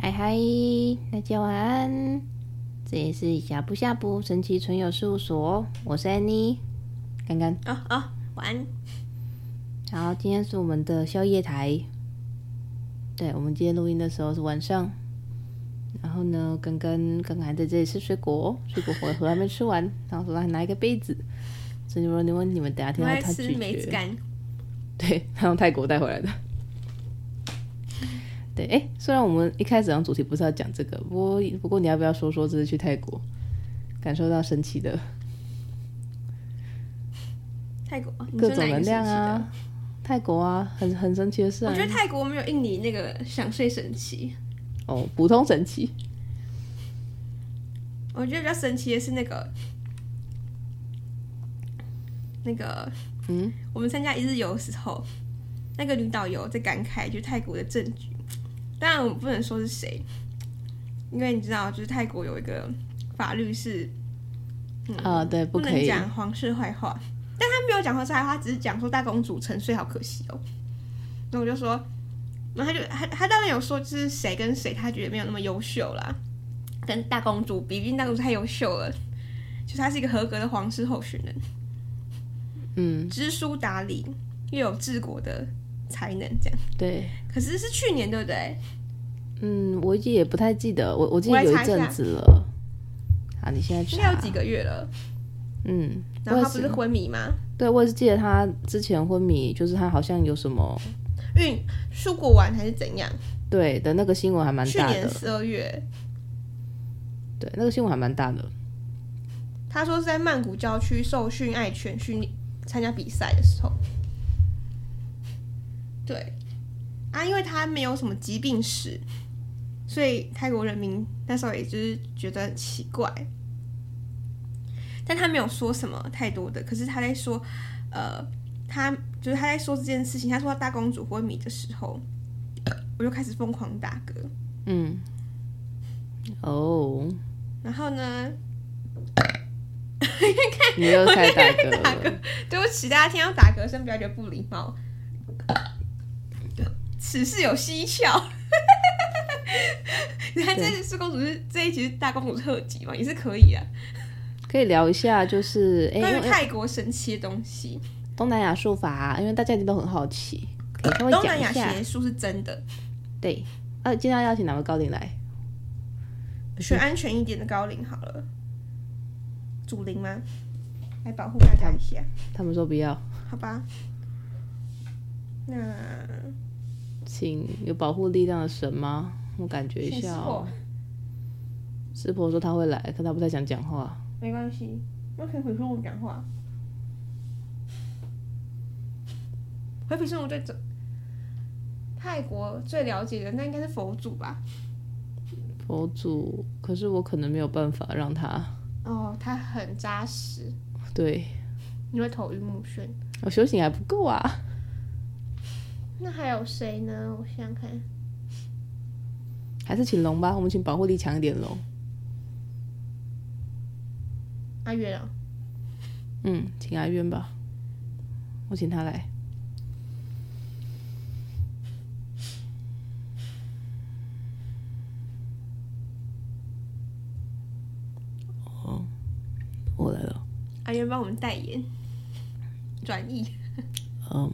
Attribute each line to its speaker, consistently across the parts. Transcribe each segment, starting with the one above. Speaker 1: 嗨嗨，大家晚安。这里是呷不呷不神奇存有事务所，我是安妮，刚刚
Speaker 2: 哦哦，晚安。
Speaker 1: 好，今天是我们的宵夜台。对，我们今天录音的时候是晚上。然后呢，刚刚刚还在这里吃水果，水果盒盒还没吃完，然后手上还拿一个杯子。所以如果你问你们等下
Speaker 2: 我
Speaker 1: 听到
Speaker 2: 在
Speaker 1: 他
Speaker 2: 吃
Speaker 1: 咀
Speaker 2: 梅
Speaker 1: 嚼
Speaker 2: 子，干，
Speaker 1: 对，他从泰国带回来的。对，哎、虽然我们一开始好像主题不是要讲这个，不过不过你要不要说说这次去泰国，感受到神奇的
Speaker 2: 泰国哦你
Speaker 1: 各
Speaker 2: 说
Speaker 1: 种
Speaker 2: 哪一个
Speaker 1: 能量
Speaker 2: 神奇
Speaker 1: 啊？泰国啊，很很神奇的事
Speaker 2: 的！
Speaker 1: 啊
Speaker 2: 我！觉得泰国没有印尼那个想睡神奇，
Speaker 1: 哦，普通神奇，
Speaker 2: 我觉得比较神奇的是那个那个
Speaker 1: 嗯，
Speaker 2: 我们参加一日游的时候，那个女导游在感慨，就是泰国的政局。当然，我不能说是谁，因为你知道，就是泰国有一个法律是，嗯
Speaker 1: 啊对不
Speaker 2: 不
Speaker 1: 可
Speaker 2: 能
Speaker 1: 以
Speaker 2: 讲皇室坏话。但他没有讲皇室坏话，他只是讲说大公主沉睡好可惜哦。那我就说，然后他就他他当然有说，就是谁跟谁，他觉得没有那么优秀啦，跟大公主比，毕竟大公主太优秀了，就是她是一个合格的皇室候选人。
Speaker 1: 嗯，
Speaker 2: 知书达理又有治国的才能，这样。
Speaker 1: 对，
Speaker 2: 可是是去年对不对？
Speaker 1: 嗯，我也不太记得，我我记
Speaker 2: 我
Speaker 1: 得
Speaker 2: 来
Speaker 1: 有
Speaker 2: 查
Speaker 1: 一
Speaker 2: 一下
Speaker 1: 阵子了。好，你现在
Speaker 2: 应
Speaker 1: 查
Speaker 2: 该有，几个月了。
Speaker 1: 嗯，
Speaker 2: 然
Speaker 1: 我
Speaker 2: 后
Speaker 1: 也
Speaker 2: 他不是昏迷吗？
Speaker 1: 对，我也是记得他之前昏迷，就是他好像有什么
Speaker 2: 运出国玩还是怎样？
Speaker 1: 对的那个新闻还蛮
Speaker 2: 去
Speaker 1: 大
Speaker 2: 年
Speaker 1: 的，
Speaker 2: 十二月，
Speaker 1: 对，那个新闻还蛮大的。
Speaker 2: 他说是在曼谷郊区受训爱犬训练参加比赛的时候。对，啊，因为他没有什么疾病史，所以泰国人民那时候也就是觉得很奇怪。但他没有说什么太多的，可是他在说，呃，他就是他在说这件事情，他说他大公主昏迷的时候，我就开始疯狂打嗝。
Speaker 1: 嗯， 哦，
Speaker 2: 然后呢，
Speaker 1: 你又开始打嗝了，
Speaker 2: 对不起，大家听到打嗝声不要觉得不礼貌。此事有蹊跷。 你看，这是公主是这一集是大公主特辑嘛，也是可以啊。
Speaker 1: 可以聊一下，就是哎，因
Speaker 2: 关于
Speaker 1: 为
Speaker 2: 泰国神奇的东西，
Speaker 1: 东南亚术法、因为大家一定都很好奇，可以稍微
Speaker 2: 东
Speaker 1: 讲
Speaker 2: 南
Speaker 1: 一
Speaker 2: 亚
Speaker 1: 下。
Speaker 2: 邪术是真的，
Speaker 1: 对，呃、今天要邀请哪位高龄来？
Speaker 2: 选安全一点的高龄好了。祖灵吗？来保护大家一下，
Speaker 1: 他们说不要，
Speaker 2: 好吧？那
Speaker 1: 请有保护力量的神吗？我感觉一下、哦。师婆说她会来，可她不太想讲话。
Speaker 2: 没关系，那可以回孙悟讲话。回比孙悟最泰国最了解的那应该是佛祖吧？
Speaker 1: 佛祖，可是我可能没有办法让她。
Speaker 2: 哦，他很扎实，
Speaker 1: 对
Speaker 2: 你会头晕目眩。
Speaker 1: 我修行还不够啊。
Speaker 2: 那还有谁呢？我想想看，
Speaker 1: 还是请龙吧，我们请保护力强一点的龙。
Speaker 2: 阿月哦亮，
Speaker 1: 嗯，请阿渊吧，我请他来。哦，我来了。
Speaker 2: 阿月帮我们代言，转译。
Speaker 1: 嗯，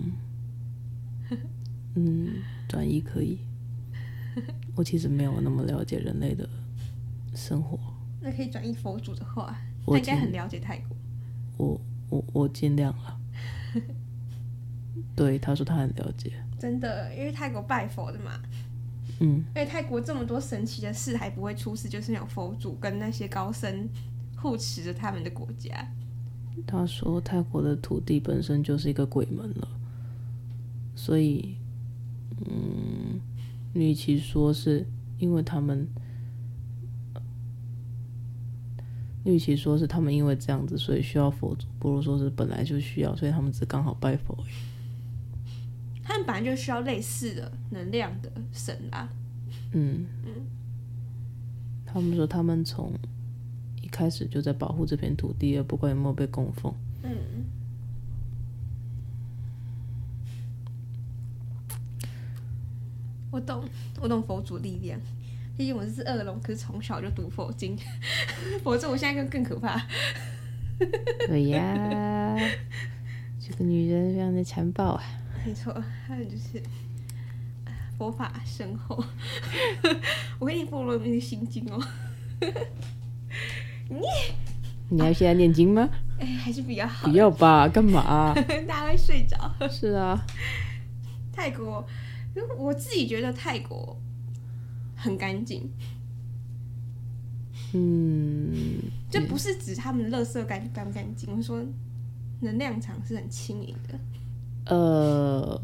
Speaker 1: 嗯，转移可以。我其实没有那么了解人类的生活，
Speaker 2: 那可以转译佛祖的话，
Speaker 1: 我
Speaker 2: 那应该
Speaker 1: 请
Speaker 2: 很了解泰国。
Speaker 1: 我我我尽量了。 对，他说他很了解。
Speaker 2: 真的，因为泰国拜佛的嘛，
Speaker 1: 嗯。
Speaker 2: 因为泰国这么多神奇的事还不会出事，就是有佛祖跟那些高僧护持着他们的国家。
Speaker 1: 他说泰国的土地本身就是一个鬼门了，所以，嗯，与其说是因为他们，与其说是他们因为这样子所以需要佛祖，不如说是本来就需要，所以他们只刚好拜佛而已。
Speaker 2: 他们本来就需要类似的能量的神啦、啊
Speaker 1: 嗯，他们说他们从一开始就在保护这片土地，而不管有没有被供奉。
Speaker 2: 嗯，我懂，我懂佛祖力量。毕竟我是恶龙，可是从小就读佛经， 否则我现在更更可怕。
Speaker 1: 对呀，这个女人非常的残暴啊。
Speaker 2: 没错，还有就是哎佛法深厚。 我跟你佛罗明的心经哦，
Speaker 1: 你要现在念经吗？
Speaker 2: 哎，还是比较好
Speaker 1: 不，要吧，干嘛、 啊
Speaker 2: 大家会睡着。
Speaker 1: 是啊，
Speaker 2: 泰国，因为我自己觉得泰国很干净，
Speaker 1: 嗯，
Speaker 2: 这不是指他们垃圾干干不干净，我说能量场是很轻盈的。
Speaker 1: 呃，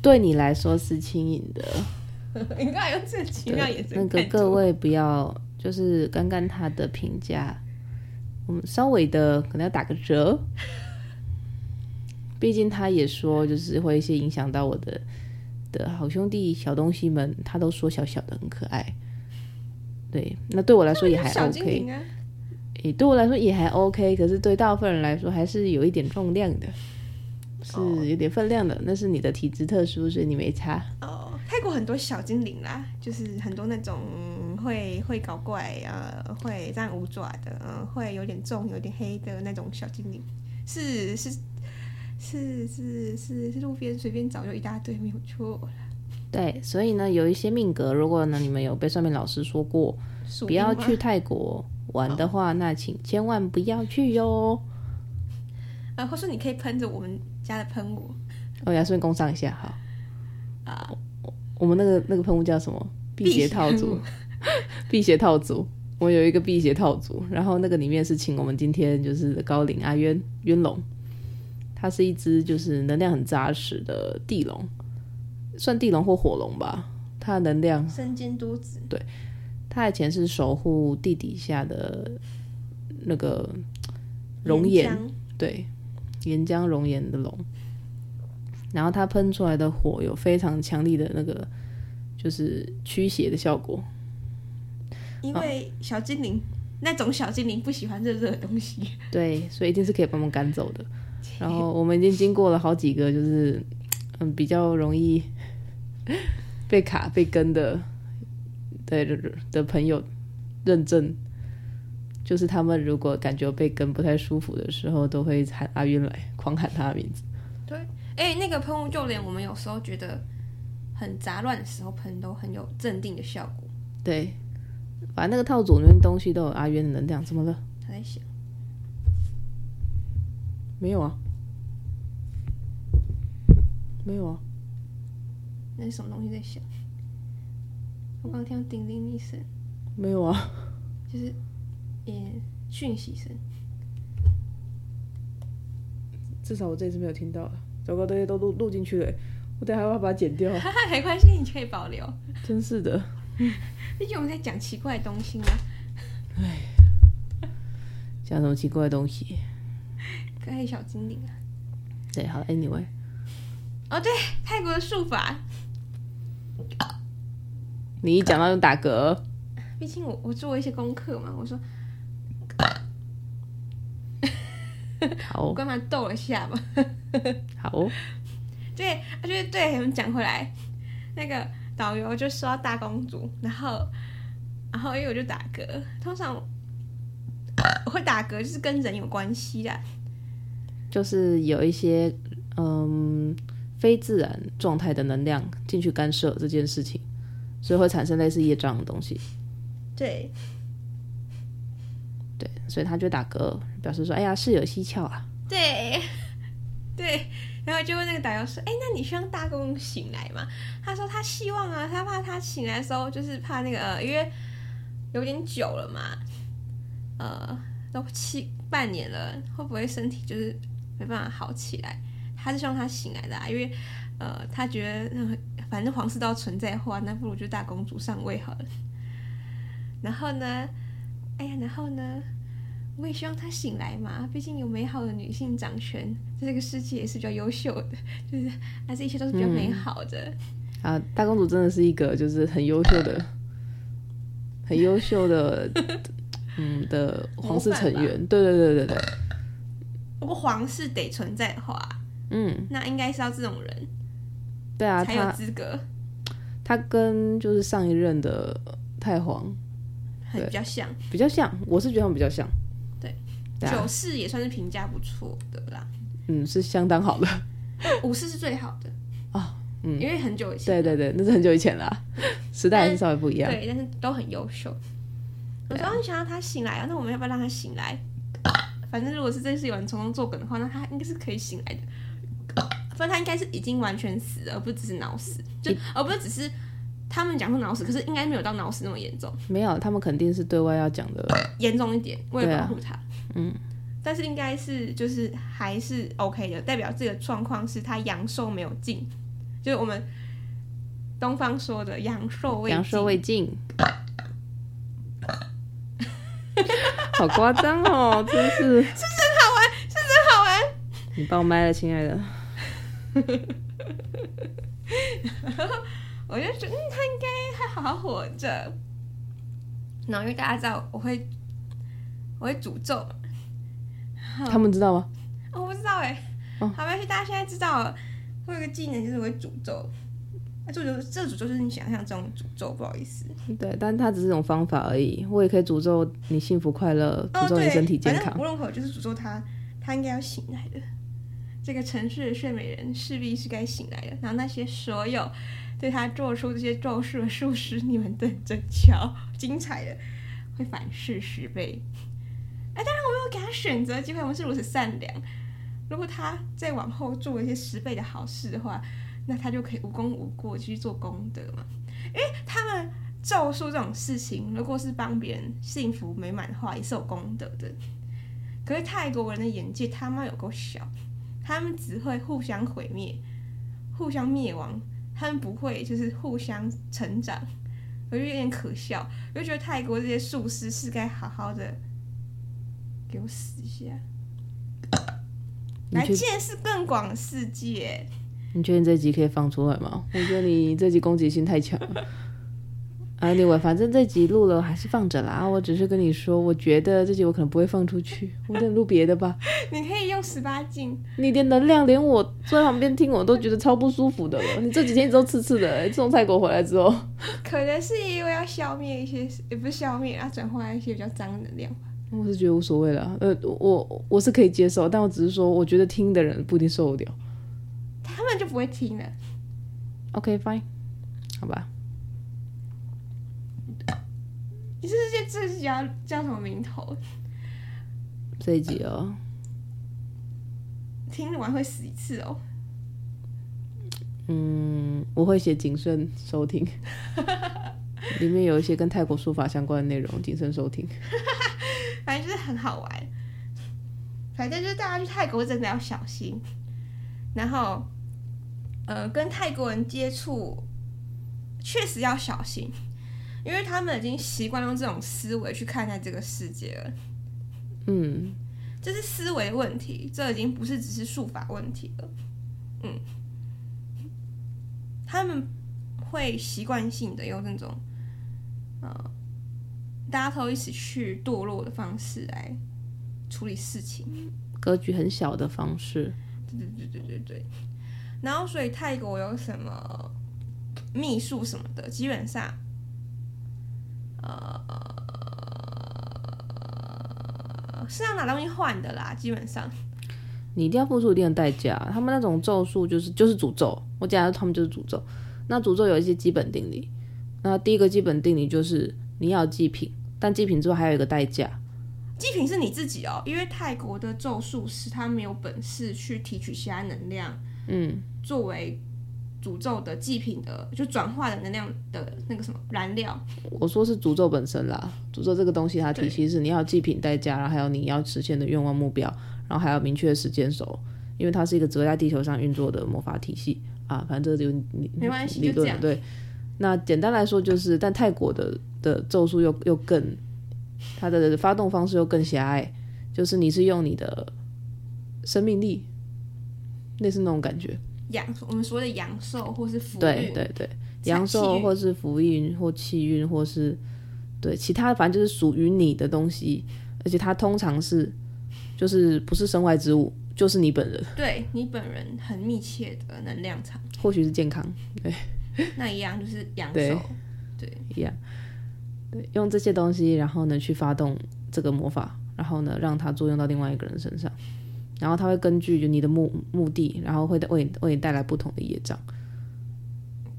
Speaker 1: 对你来说是轻盈的，
Speaker 2: 你刚才用这奇妙眼
Speaker 1: 那
Speaker 2: 神
Speaker 1: 个
Speaker 2: 看着
Speaker 1: 各
Speaker 2: 我
Speaker 1: 位不要，就是刚刚他的评价，我们稍微的可能要打个 折，毕竟他也说就是会一些影响到我的的好兄弟小东西们，他都说小小的很可爱，对，那对我来说也还
Speaker 2: 小精
Speaker 1: OK，
Speaker 2: 灵啊，
Speaker 1: 也对我来说也还 OK，可是对大部分人来说还是有一点重量的，
Speaker 2: 哦
Speaker 1: 是有点分量的，那是你的体质特殊，所以你没差。
Speaker 2: 哦，泰国很多小精灵啦，就是很多那种会会搞怪呃，会这样五爪的，嗯、会有点重、有点黑的那种小精灵，是是是是是是路边随便找就一大堆，没有错。
Speaker 1: 对，所以呢，有一些命格，如果呢你们有被算命老师说过
Speaker 2: 属
Speaker 1: 不要
Speaker 2: 兵吗
Speaker 1: 去泰国玩的话，那请千万不要去哟。哦
Speaker 2: 呃，或是你可以喷着我们家的喷雾，
Speaker 1: 哦，要顺便工商一下哈。
Speaker 2: 啊
Speaker 1: 我，我们那个那个喷雾叫什么？
Speaker 2: 辟
Speaker 1: 辟邪
Speaker 2: 邪
Speaker 1: 套
Speaker 2: 喷
Speaker 1: 组
Speaker 2: 雾，
Speaker 1: 辟邪套组。我有一个辟邪套组，然后那个里面是请我们今天就是高龄啊冤冤龙，它是一只就是能量很扎实的地龙，算地龙或火龙吧。它的能量，
Speaker 2: 身兼多职，
Speaker 1: 它以前是守护地底下的那个熔
Speaker 2: 龙
Speaker 1: 岩，
Speaker 2: 眼
Speaker 1: 对，岩浆熔岩的龙，然后它喷出来的火有非常强力的那个，就是驱邪的效果。
Speaker 2: 因为小精灵、那种小精灵不喜欢热热的东西，
Speaker 1: 对，所以一定是可以帮忙赶走的。然后我们已经经过了好几个，就是嗯比较容易 被卡被跟的，对的的朋友认证，就是他们如果感觉被跟不太舒服的时候，都会喊阿晕来，狂喊他的名字。
Speaker 2: 哎、那个喷雾就连我们有时候觉得很杂乱的时候喷都很有镇定的效果。
Speaker 1: 对，反正那个套组里面东西都有阿渊的能量，怎么了？
Speaker 2: 他在想，
Speaker 1: 没有啊，没有啊，
Speaker 2: 那是什么东西在想？我刚刚听到叮铃一声，
Speaker 1: 没有啊，
Speaker 2: 就是也讯息声，
Speaker 1: 至少我这次没有听到啊。糟糕，这些都录录进去了，我等下要把它剪掉，
Speaker 2: 哈哈，没关系，你可以保留。
Speaker 1: 真是的。
Speaker 2: 毕竟我们在讲奇怪的东西嘛，
Speaker 1: 讲什么奇怪的东西？
Speaker 2: 可爱小精灵啊。
Speaker 1: 对，好，anyway，
Speaker 2: 泰国的术法
Speaker 1: 你一讲到就打 嗝，
Speaker 2: 毕竟我我做了一些功课嘛，我说我
Speaker 1: 好
Speaker 2: 干嘛逗了一下嘛。
Speaker 1: 好，
Speaker 2: 对，啊就是对我们讲回来，那个导游就说到大公主，然后然后因为我就打嗝，通常 我会打嗝就是跟人有关系啦，
Speaker 1: 就是有一些嗯非自然状态的能量进去干涉这件事情，所以会产生类似业障的东西。
Speaker 2: 对，
Speaker 1: 对，所以他就打嗝，表示说：“哎呀，是有蹊跷啊。
Speaker 2: 对， 对，然后就问那个导游说：“哎，那你希望大公主醒来吗？”他说他希望啊，他怕他醒来的时候就是怕那个，呃、因为有点久了嘛，呃，都七半年了，会不会身体就是没办法好起来？他是希望他醒来的、啊，因为呃，他觉得、嗯反正皇室都要存在的话，那不如就大公主上位好了。 然后呢，哎呀，然后呢？我也希望她醒来嘛，毕竟有美好的女性掌权，在这个世界也是比较优秀的， 就是啊，这一切都是比较美好的。”
Speaker 1: 啊，大公主 真的是一个就是很优秀的、很优秀的嗯的皇
Speaker 2: 模
Speaker 1: 室
Speaker 2: 范
Speaker 1: 成
Speaker 2: 吧
Speaker 1: 员，对对对对对，
Speaker 2: 不过皇室得存在的话，
Speaker 1: 嗯，
Speaker 2: 那应该是要这种人
Speaker 1: 对啊，
Speaker 2: 才有
Speaker 1: 他
Speaker 2: 资格，
Speaker 1: 他跟就是上一任的太皇
Speaker 2: 很
Speaker 1: 对
Speaker 2: 比较像。
Speaker 1: 比较像，我是觉得他们比较像，
Speaker 2: 对，
Speaker 1: 对啊
Speaker 2: 九，世也算是评价不错的啦，
Speaker 1: 嗯，是相当好的，
Speaker 2: 五世是最好的
Speaker 1: 哦
Speaker 2: 因为很久以前
Speaker 1: 对对对，那是很久以前啦，时代还是稍微不一样，
Speaker 2: 对，但是都很优秀。我说、啊、你想让他醒来啊，那我们要不要让他醒来？ 反正如果是这是有人从中作梗的话，那他应该是可以醒来的。 不然他应该是已经完全死了，而不只是脑死，就而不是只是他们讲说脑死，可是应该没有到脑死那么严重，
Speaker 1: 没有，他们肯定是对外要讲的，
Speaker 2: 严重一点为
Speaker 1: 对
Speaker 2: 了
Speaker 1: 啊
Speaker 2: 保护他。嗯，但是应该是就是还是 OK 的，代表这个状况是他阳寿没有尽，就是我们东方说的阳寿未
Speaker 1: 阳
Speaker 2: 尽
Speaker 1: 寿未 尽。好夸张哦，真是！是真好玩，是真好玩。你爆麦了，亲爱的。
Speaker 2: 我就觉得，嗯，他应该还好好活着。然后因为大家知道我会，我会诅咒嘛，
Speaker 1: 他们知道吗？
Speaker 2: 哦、我不知道哎、
Speaker 1: 哦
Speaker 2: 好吧，其实大家现在知道了，我有一个技能就是我会诅咒。那诅咒，这诅咒就是你想象中的诅咒，不好意思。
Speaker 1: 对，但它只是一种方法而已。我也可以诅咒你幸福快乐，
Speaker 2: 哦，
Speaker 1: 诅咒你
Speaker 2: 对，
Speaker 1: 身体健
Speaker 2: 反
Speaker 1: 康
Speaker 2: 正。无论如何就是诅咒他，他应该要醒来的。这个城市的睡美人势必是该醒来的。然后那些所有对他做出这些咒术的术师，你们等着瞧，精彩的会反噬十倍。哎，当然我没有给他选择机会，我们是如此善良。如果他再往后做一些十倍的好事的话，那他就可以无功无过去做功德嘛。因为他们咒术这种事情，如果是帮别人幸福美满的话，也是有功德的。可是泰国人的眼界他妈有够小，他们只会互相毁灭、互相灭亡，他们不会就是互相成长，我就有点可笑。我就觉得泰国这些术师是该好好的给我死一下，
Speaker 1: 你
Speaker 2: 来
Speaker 1: 觉得
Speaker 2: 见识更广的世界。
Speaker 1: 你觉得你这集可以放出来吗？我觉得你这集攻击性太 强了。啊，你我反正这集录了还是放着啦。我只是跟你说，我觉得这集我可能不会放出去，我得录别的吧。
Speaker 2: 你可以用十八禁，
Speaker 1: 你的能量连我坐在旁边听我都觉得超不舒服的了。你这几天一直都刺刺的、哎自从泰国回来之后，
Speaker 2: 可能是因为要消灭一些，也不是消灭，要转化一些比较脏的能量。
Speaker 1: 我是觉得无所谓了。呃，我我是可以接受，但我只是说，我觉得听的人不一定受得了。
Speaker 2: 他们就不会听了。
Speaker 1: OK fine，好吧，
Speaker 2: 你这这这是叫叫什么名头？
Speaker 1: 这一集哦，
Speaker 2: 听完会死一次哦。
Speaker 1: 嗯，我会写谨慎收 听，里面有一些跟泰国书法相关的内容，谨慎收听。
Speaker 2: 反正就是很好玩。反正就是大家去泰国真的要小心，然后，呃，跟泰国人接触确实要小心，因为他们已经习惯用这种思维去看待这个世界了。
Speaker 1: 嗯，
Speaker 2: 这是思维问题，这已经不是只是术法问题了。嗯，他们会习惯性的用那种呃大家都一起去堕落的方式来处理事情。
Speaker 1: 格局很小的方式，
Speaker 2: 对对对对对对。然后，所以泰国有什么秘术什么的，基本上，呃，是要拿东西换的啦，基本上。
Speaker 1: 你一定要付出一定的代价。他们那种咒术就是就是诅咒，我讲的他们就是诅咒。那诅咒有一些基本定理，那第一个基本定理就是你要有祭品，但祭品之后还有一个代价。
Speaker 2: 祭品是你自己哦，因为泰国的咒术师他没有本事去提取其他能量，嗯，作为诅咒的祭品的，就转化的能量的那个什么燃料，
Speaker 1: 我说是诅咒本身啦，诅咒这个东西它体系是你要有祭品代价，然后还有你要实现的愿望目标，然后还有明确的时间轴，因为它是一个只会在地球上运作的魔法体系啊。反正这个就你
Speaker 2: 没关系
Speaker 1: 理
Speaker 2: 就这
Speaker 1: 论了
Speaker 2: 样
Speaker 1: 对。那简单来说就是，但泰国的的咒术又又更，它的发动方式又更狭隘，就是你是用你的生命力，类似那种感觉。
Speaker 2: 阳我们所谓的阳寿或是福
Speaker 1: 对
Speaker 2: 运，
Speaker 1: 对对，
Speaker 2: 气
Speaker 1: 阳寿
Speaker 2: 运
Speaker 1: 或是福运或气运或是对，其他的反正就是属于你的东西，而且它通常是就是不是身外之物，就是你本人，
Speaker 2: 对你本人很密切的能量场，
Speaker 1: 或许是健康
Speaker 2: 那一样就是阳
Speaker 1: 对
Speaker 2: 手，
Speaker 1: 一样。对，用这些东西，然后呢去发动这个魔法，然后呢让它作用到另外一个人身上，然后它会根据就你的目目的，然后会为你为你带来不同的业障。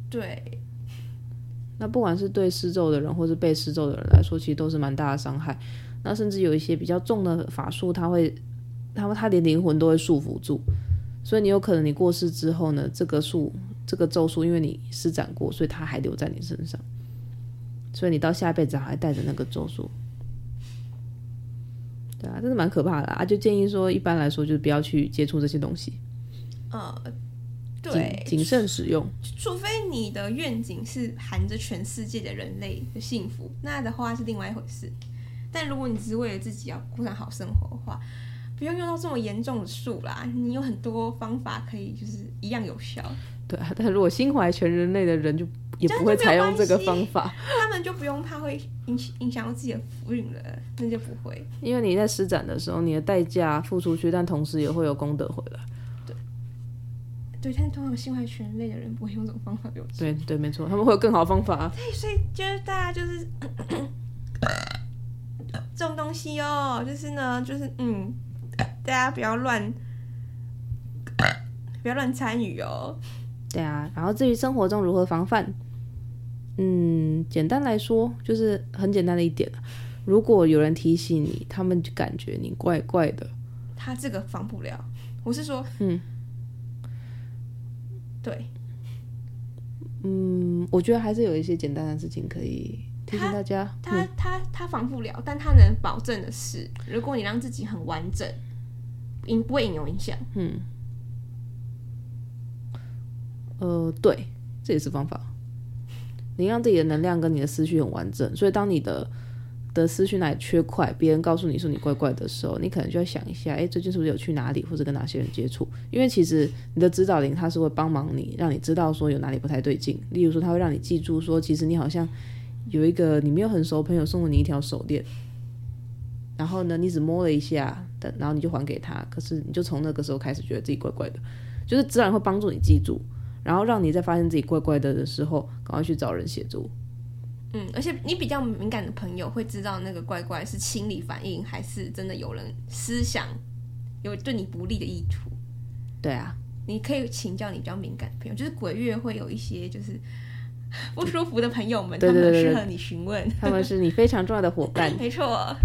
Speaker 2: 对，
Speaker 1: 那不管是对施咒的人或是被施咒的人来说，其实都是蛮大的伤害。那甚至有一些比较重的法术，它会，它会它连灵魂都会束缚住，所以你有可能你过世之后呢，这个术这个咒术，因为你施展过，所以它还留在你身上，所以你到下辈子还带着那个咒术。对啊，真的蛮可怕的啊！就建议说，一般来说就是不要去接触这些东西，
Speaker 2: 呃，
Speaker 1: 谨
Speaker 2: 对，
Speaker 1: 谨慎使用。
Speaker 2: 除非你的愿景是含着全世界的人类的幸福，那的话是另外一回事。但如果你只是为了自己要过上好生活的话，不用用到这么严重的术啦，你有很多方法可以就是一样有效，
Speaker 1: 对啊，但如果心怀全人类的人，就也
Speaker 2: 这
Speaker 1: 不
Speaker 2: 样
Speaker 1: 会
Speaker 2: 就没有
Speaker 1: 采用
Speaker 2: 关
Speaker 1: 这个
Speaker 2: 系
Speaker 1: 方法。
Speaker 2: 他们就不用怕会影影响到自己的福运了，那就不会。
Speaker 1: 因为你在施展的时候，你的代价付出去，但同时也会有功德回来。
Speaker 2: 对，但是通常心怀全人类的人不会用这种方法给我
Speaker 1: 对对，没错，他们会有更好的方法。
Speaker 2: 对，所以就是大家就是 这种东西哦，就是呢，就是嗯，大家不要乱， 不要乱参与哦。
Speaker 1: 对啊，然后至于生活中如何防范，嗯，简单来说就是很简单的一点啊如果有人提醒你，他们就感觉你怪怪的，
Speaker 2: 他这个防不了，我是说，
Speaker 1: 嗯，
Speaker 2: 对，
Speaker 1: 嗯，我觉得还是有一些简单的事情可以提醒大家。
Speaker 2: 他他他防不了，但他能保证的是，如果你让自己很完整，影不会影有影响。
Speaker 1: 呃，对，这也是方法。你让自己的能量跟你的思绪很完整，所以当你的的思绪哪里缺块，别人告诉你说你怪怪的时候，你可能就要想一下，哎，最近是不是有去哪里，或者跟哪些人接触？因为其实你的指导灵他是会帮忙你，让你知道说有哪里不太对劲。例如说，他会让你记住说，其实你好像有一个你没有很熟的朋友送了你一条手链，然后呢，你只摸了一下，但然后你就还给他，可是你就从那个时候开始觉得自己怪怪的，就是自然会帮助你记住。然后让你在发现自己怪怪的的时候，赶快去找人协助。
Speaker 2: 嗯，而且你比较敏感的朋友会知道那个怪怪是心理反应，还是真的有人思想有对你不利的意图。
Speaker 1: 对啊，
Speaker 2: 你可以请教你比较敏感的朋友，就是鬼月会有一些就是不舒服的朋友们，
Speaker 1: 对对对对
Speaker 2: 他们很适合你询 问。。
Speaker 1: 他们是你非常重要的伙伴
Speaker 2: 没错，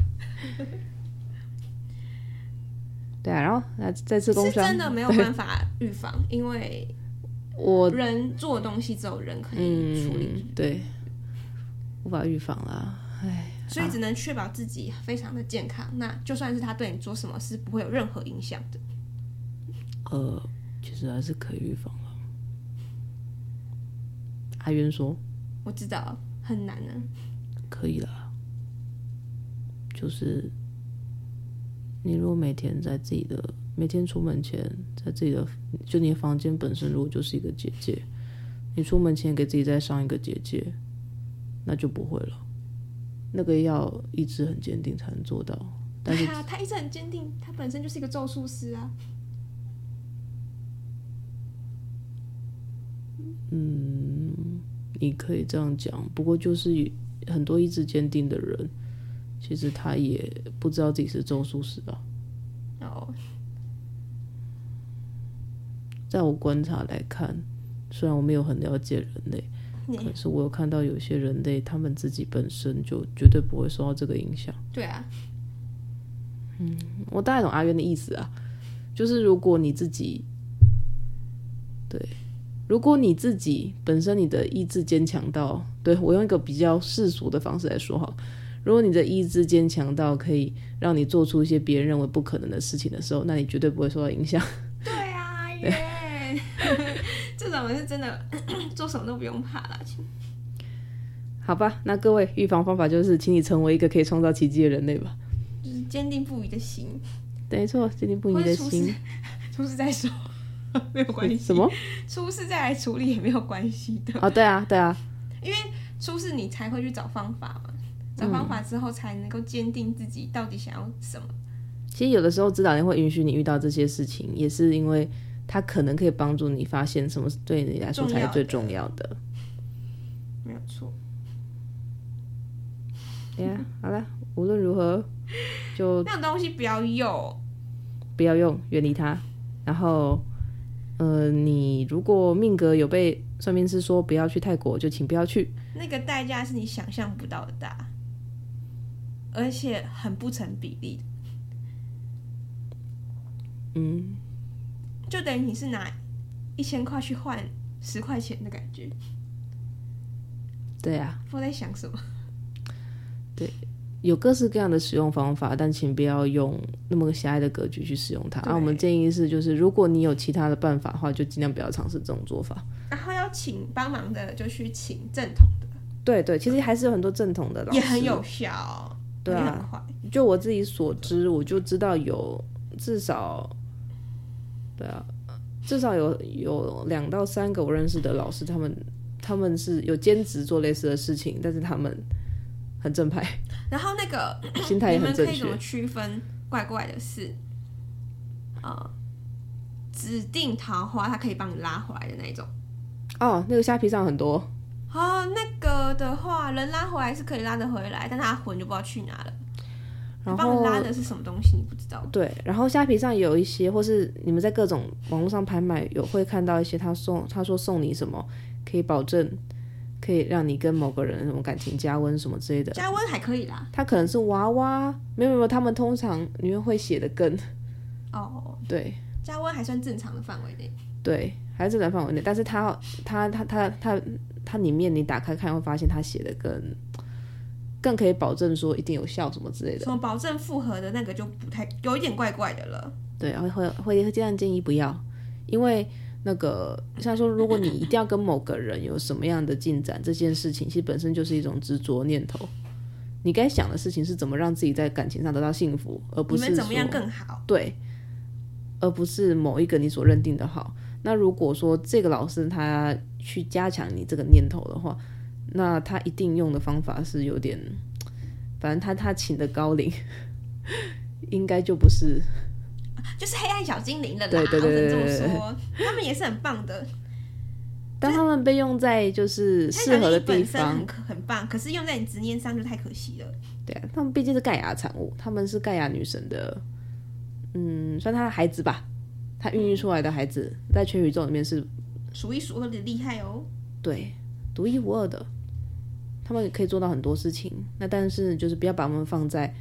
Speaker 1: 对啊，然后那再次啊工
Speaker 2: 是
Speaker 1: 商
Speaker 2: 真，的没有办法预防，因为
Speaker 1: 我
Speaker 2: 人做东西只有人可以处理，
Speaker 1: 嗯对，无法预防啦。嗯
Speaker 2: 所以只能确保自己非常的健康。那就算是他对你做什么事，不会有任何影响的。
Speaker 1: 呃，其实还是可以预防的。阿渊说
Speaker 2: 我知道很难呢、啊
Speaker 1: 可以啦，就是你如果每天在自己的每天出门前，在自己的就你的房间本身，如果就是一个结界，你出门前给自己再上一个结界，那就不会了。那个要意志很坚定才能做到，但
Speaker 2: 对
Speaker 1: 是
Speaker 2: 啊，他一直很坚定，他本身就是一个咒术师啊。
Speaker 1: 你可以这样讲。不过就是很多意志坚定的人，其实他也不知道自己是咒术师啊。
Speaker 2: 哦，
Speaker 1: 在我观察来看，虽然我没有很了解人类，
Speaker 2: 你
Speaker 1: 可是我有看到有些人类，他们自己本身就绝对不会受到这个影响。
Speaker 2: 对啊，
Speaker 1: 我大概懂阿渊的意思啊，就是如果你自己，对，如果你自己本身你的意志坚强到，对我用一个比较世俗的方式来说哈，如果你的意志坚强到可以让你做出一些别人认为不可能的事情的时候，那你绝对不会受到影响。
Speaker 2: 对 啊，耶！这种人是真的 做什么都不用怕啦。其实
Speaker 1: 好吧，那各位预防方法就是，请你成为一个可以创造奇迹的人类吧。
Speaker 2: 就是坚定不移的心，
Speaker 1: 没错，坚定不移
Speaker 2: 或
Speaker 1: 的
Speaker 2: 是出事
Speaker 1: 心。
Speaker 2: 出事再说，没有关系。
Speaker 1: 什 么？
Speaker 2: 出事再来处理也没有关系的，
Speaker 1: 哦，对啊，对啊，
Speaker 2: 出事你才会去找方法嘛。找方法之后才能够坚定自己到底想要什么。
Speaker 1: 其实有的时候指导员会允许你遇到这些事情，也是因为他可能可以帮助你发现什么是对你来说才是最重要的。
Speaker 2: 没有错，
Speaker 1: 对呀，好了，无论如何就
Speaker 2: 那种东西不要有，
Speaker 1: 不要用，远离它。然后，呃，你如果命格有被算命师说不要去泰国，就请不要去。
Speaker 2: 那个代价是你想象不到的大，而且很不成比例。
Speaker 1: 嗯，
Speaker 2: 就等于你是拿一千块去换十块钱的感觉，
Speaker 1: 对啊，
Speaker 2: 不知道在想什么。
Speaker 1: 有各式各样的使用方法，但请不要用那么狭隘的格局去使用它。啊，我们建议是，就是如果你有其他的办法的话，就尽量不要尝试这种做法。
Speaker 2: 然后要请帮忙的就去请正统的，
Speaker 1: 对对，其实还是有很多正统的老师，
Speaker 2: 也很有效，
Speaker 1: 对
Speaker 2: 也
Speaker 1: 啊
Speaker 2: 很快。
Speaker 1: 就我自己所知，我就知道有至少，对啊，至少有有两到三个我认识的老师，他们他们是有兼职做类似的事情，但是他们很正派，
Speaker 2: 然后那个
Speaker 1: 心态也
Speaker 2: 你们
Speaker 1: 很正
Speaker 2: 可以
Speaker 1: 确
Speaker 2: 怎么。区分怪怪的事？呃，指定桃花，它可以帮你拉回来的那种。
Speaker 1: 哦，那个虾皮上很多，
Speaker 2: 哦，那个的话，人拉回来是可以拉得回来，但他魂就不知道去哪了。
Speaker 1: 然
Speaker 2: 帮你
Speaker 1: 后
Speaker 2: 拉的是什么东西，你不知道。
Speaker 1: 对，然后虾皮上也有一些，或是你们在各种网络上拍卖有会看到一些，他送他说送你什么，可以保证可以让你跟某个人什么感情加温什么之类的。
Speaker 2: 加温还可以啦。
Speaker 1: 它可能是娃娃，没有没有，他们通常里面会写的更
Speaker 2: 哦，
Speaker 1: 对
Speaker 2: 加温还算正常的范围内。
Speaker 1: 对，还是正常范围内。但是它它它它它它里面你打开看会发现它写的更更可以保证说一定有效什么之类的。
Speaker 2: 什么保证复合的那个就不太有一点怪怪的了。
Speaker 1: 对，会会会这样建议不要，因为那个像说，如果你一定要跟某个人有什么样的进展，这件事情其实本身就是一种执着念头。你该想的事情是怎么让自己在感情上得到幸福，而哦不
Speaker 2: 你
Speaker 1: 是
Speaker 2: 们怎么
Speaker 1: 说
Speaker 2: 样更好？
Speaker 1: 对，而不是某一个你所认定的好。那如果说这个老师他去加强你这个念头的话，那他一定用的方法是有点，反正他他请的高龄， 应该就不是
Speaker 2: 就是黑暗小精灵了啦。
Speaker 1: 对对对对对
Speaker 2: 我只
Speaker 1: 对
Speaker 2: 能这么说，他们也是很棒的。
Speaker 1: 当他们被用在就是适合的地
Speaker 2: 黑暗小精灵本身
Speaker 1: 方
Speaker 2: 很，可很棒，可是用在你执念上就太可惜了。
Speaker 1: 对啊，他们毕竟是盖亚产物，他们是盖亚女神的，嗯，算她的孩子吧，她孕育出来的孩子在全宇宙里面是
Speaker 2: 数一数二的厉害哦。
Speaker 1: 对，独一无二的，他们也可以做到很多事情。那但是就是不要把他们放在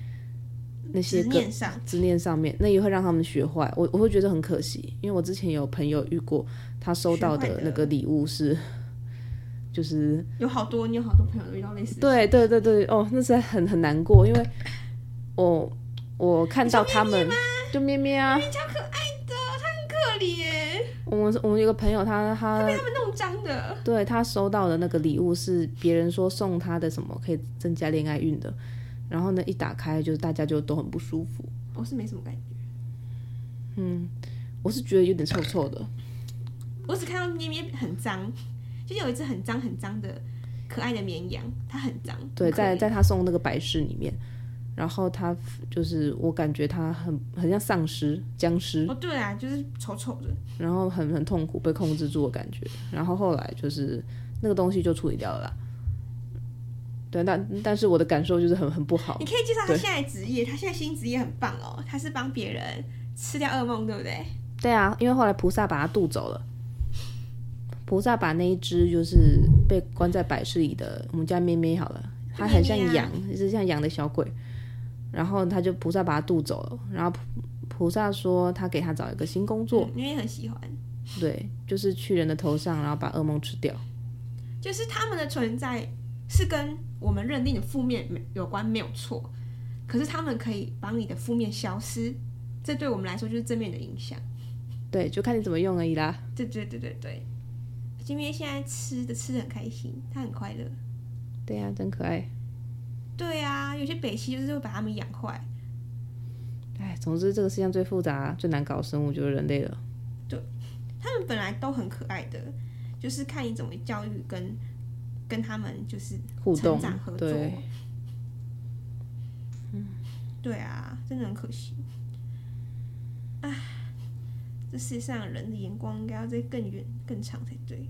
Speaker 1: 那些
Speaker 2: 执
Speaker 1: 个
Speaker 2: 念上，
Speaker 1: 执念上面，那也会让他们学坏。我我会觉得很可惜，因为我之前有朋友遇过，他收到
Speaker 2: 学坏
Speaker 1: 的
Speaker 2: 的
Speaker 1: 那个礼物是，就是
Speaker 2: 有好多，你有好多朋友遇到类似的。
Speaker 1: 对对对对，哦，那是很很难过，因为我我看到他们就咩咩啊，
Speaker 2: 超可爱的，他很可怜，
Speaker 1: 我们我们有个朋友他他
Speaker 2: 他们弄脏的。
Speaker 1: 对他收到的那个礼物是别人说送他的什么可以增加恋爱运的，然后呢一打开就是大家就都很不舒服，
Speaker 2: 我是没什么感觉，
Speaker 1: 我是觉得有点臭臭的，
Speaker 2: 我只看到咩咩很脏，就是有一只很脏很脏的可爱的绵羊，它很脏。
Speaker 1: 对，
Speaker 2: 很可
Speaker 1: 在
Speaker 2: 怜
Speaker 1: 在他送那个摆饰里面，然后他就是我感觉他很很像丧尸僵尸，
Speaker 2: 哦对啊，就是丑丑的。
Speaker 1: 然后很很痛苦被控制住的感觉，然后后来就是那个东西就处理掉了啦。对，但但是我的感受就是很很不好
Speaker 2: 你，可以介绍他
Speaker 1: 哦对
Speaker 2: 现在的职业，他现在新职业很棒哦，他是帮别人吃掉噩梦，对不对？
Speaker 1: 对啊，因为后来菩萨把他渡走了。菩萨把那一只就是被关在百事里的，我们叫咩咩好了，它很像
Speaker 2: 咩咩啊
Speaker 1: 羊，一只像羊的小鬼。然后他就菩萨把他渡走了，然后菩菩萨说他给他找一个新工作，
Speaker 2: 嗯，因为很喜欢，
Speaker 1: 对，就是去人的头上，然后把噩梦吃掉。
Speaker 2: 就是他们的存在是跟我们认定的负面没有关，没有错。可是他们可以帮你的负面消失，这对我们来说就是正面的影响。
Speaker 1: 对，就看你怎么用而已啦。
Speaker 2: 对对对对对，金边现在吃的吃的很开心，他很快乐。
Speaker 1: 对呀、真可爱。
Speaker 2: 对啊，有些北西就是会把他们养坏。
Speaker 1: 哎，总之这个世界上最复杂、最难搞的生物就是人类了。
Speaker 2: 他们本来都很可爱的，就是看你怎么教育跟跟他们就是
Speaker 1: 互动
Speaker 2: 成长合，作。
Speaker 1: 对，嗯
Speaker 2: 对啊，真的很可惜。唉，这世界上人的眼光应该要再更远、更长才对。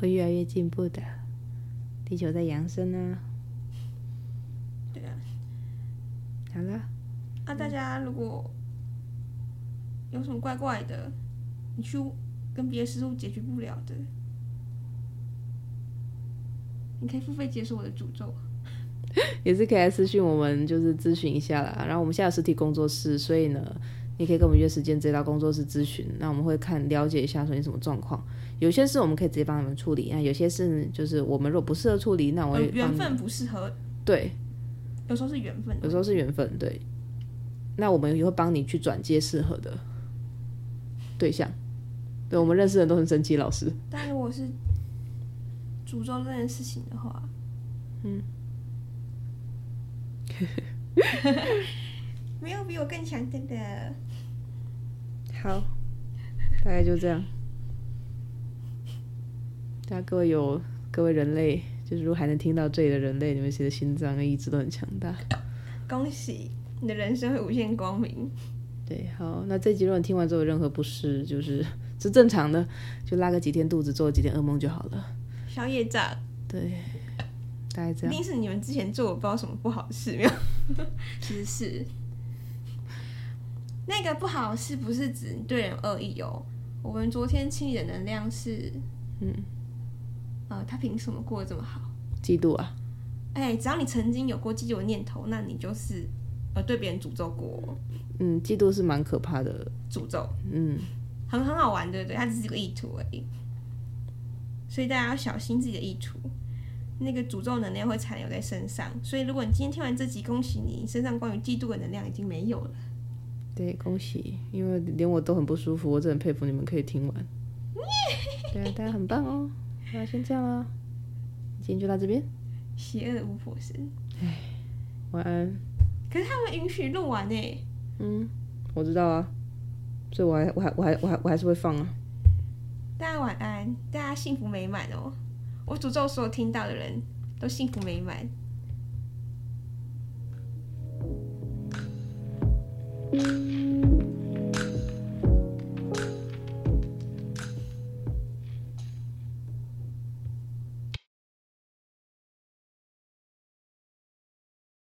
Speaker 1: 会越来越进步的，地球在扬升啊。
Speaker 2: 对啊，
Speaker 1: 好 了，
Speaker 2: 啊，大家如果有什么怪怪的，你去跟别的师傅解决不了的，你可以付费解锁我的诅咒。
Speaker 1: 也是可以来私讯我们，就是咨询一下啦。然后我们现在有实体工作室，所以呢，你可以跟我们约时间直接到工作室咨询。那我们会看了解一下说你什么状况，有些事我们可以直接帮你们处理，那有些事就是我们如果不适合处理，那我
Speaker 2: 呃
Speaker 1: 会帮
Speaker 2: 缘
Speaker 1: 你
Speaker 2: 分不适合，
Speaker 1: 对，
Speaker 2: 有时候是缘分。
Speaker 1: 有时候是缘分对。那我们也会帮你去转接适合的对象。对我们认识的人都很神奇，老师。
Speaker 2: 但如果是诅咒这件事情的话，嗯， 没有比我更强的了。
Speaker 1: 好，大概就这样。大家各位有各位人类，就是如果还能听到这里的人类，你们其实心脏跟意志都很强大。
Speaker 2: 恭喜你的人生会无限光明。
Speaker 1: 对，好，那这集如果你听完之后有任何不适，就是 是正常的，就拉个几天肚子，做几天噩梦就好了。
Speaker 2: 宵夜炸，
Speaker 1: 对，大概这
Speaker 2: 一
Speaker 1: 样。
Speaker 2: 定是你们之前做我不知道什么不好的事没有？ 其实是那个不好的事，不是指你对人恶意哦。我们昨天清理的能量是，
Speaker 1: 嗯，
Speaker 2: 呃，他凭什么过得这么好？
Speaker 1: 嫉妒啊，
Speaker 2: 哎，只要你曾经有过嫉妒的念头，那你就是呃对别人诅咒过，
Speaker 1: 嗯，嫉妒是蛮可怕的，
Speaker 2: 诅咒
Speaker 1: 嗯，
Speaker 2: 很很好玩，对不对？它只是个意图而已，所以大家要小心自己的意图，那个诅咒能量会残留在身上。所以如果你今天听完这集，恭喜你，身上关于嫉妒的能量已经没有了。
Speaker 1: 对，恭喜，因为连我都很不舒服，我真的很佩服你们可以听完。 对啊，大家很棒哦。那先这样啦，今天就到这边。
Speaker 2: 邪恶的巫婆神，
Speaker 1: 晚安。
Speaker 2: 可是他们允许录完呢，
Speaker 1: 嗯，我知道啊，所以我还我还我还我还我还是会放啊。
Speaker 2: 大家晚安，大家幸福美满哦。我诅咒所有听到的人都幸福美满。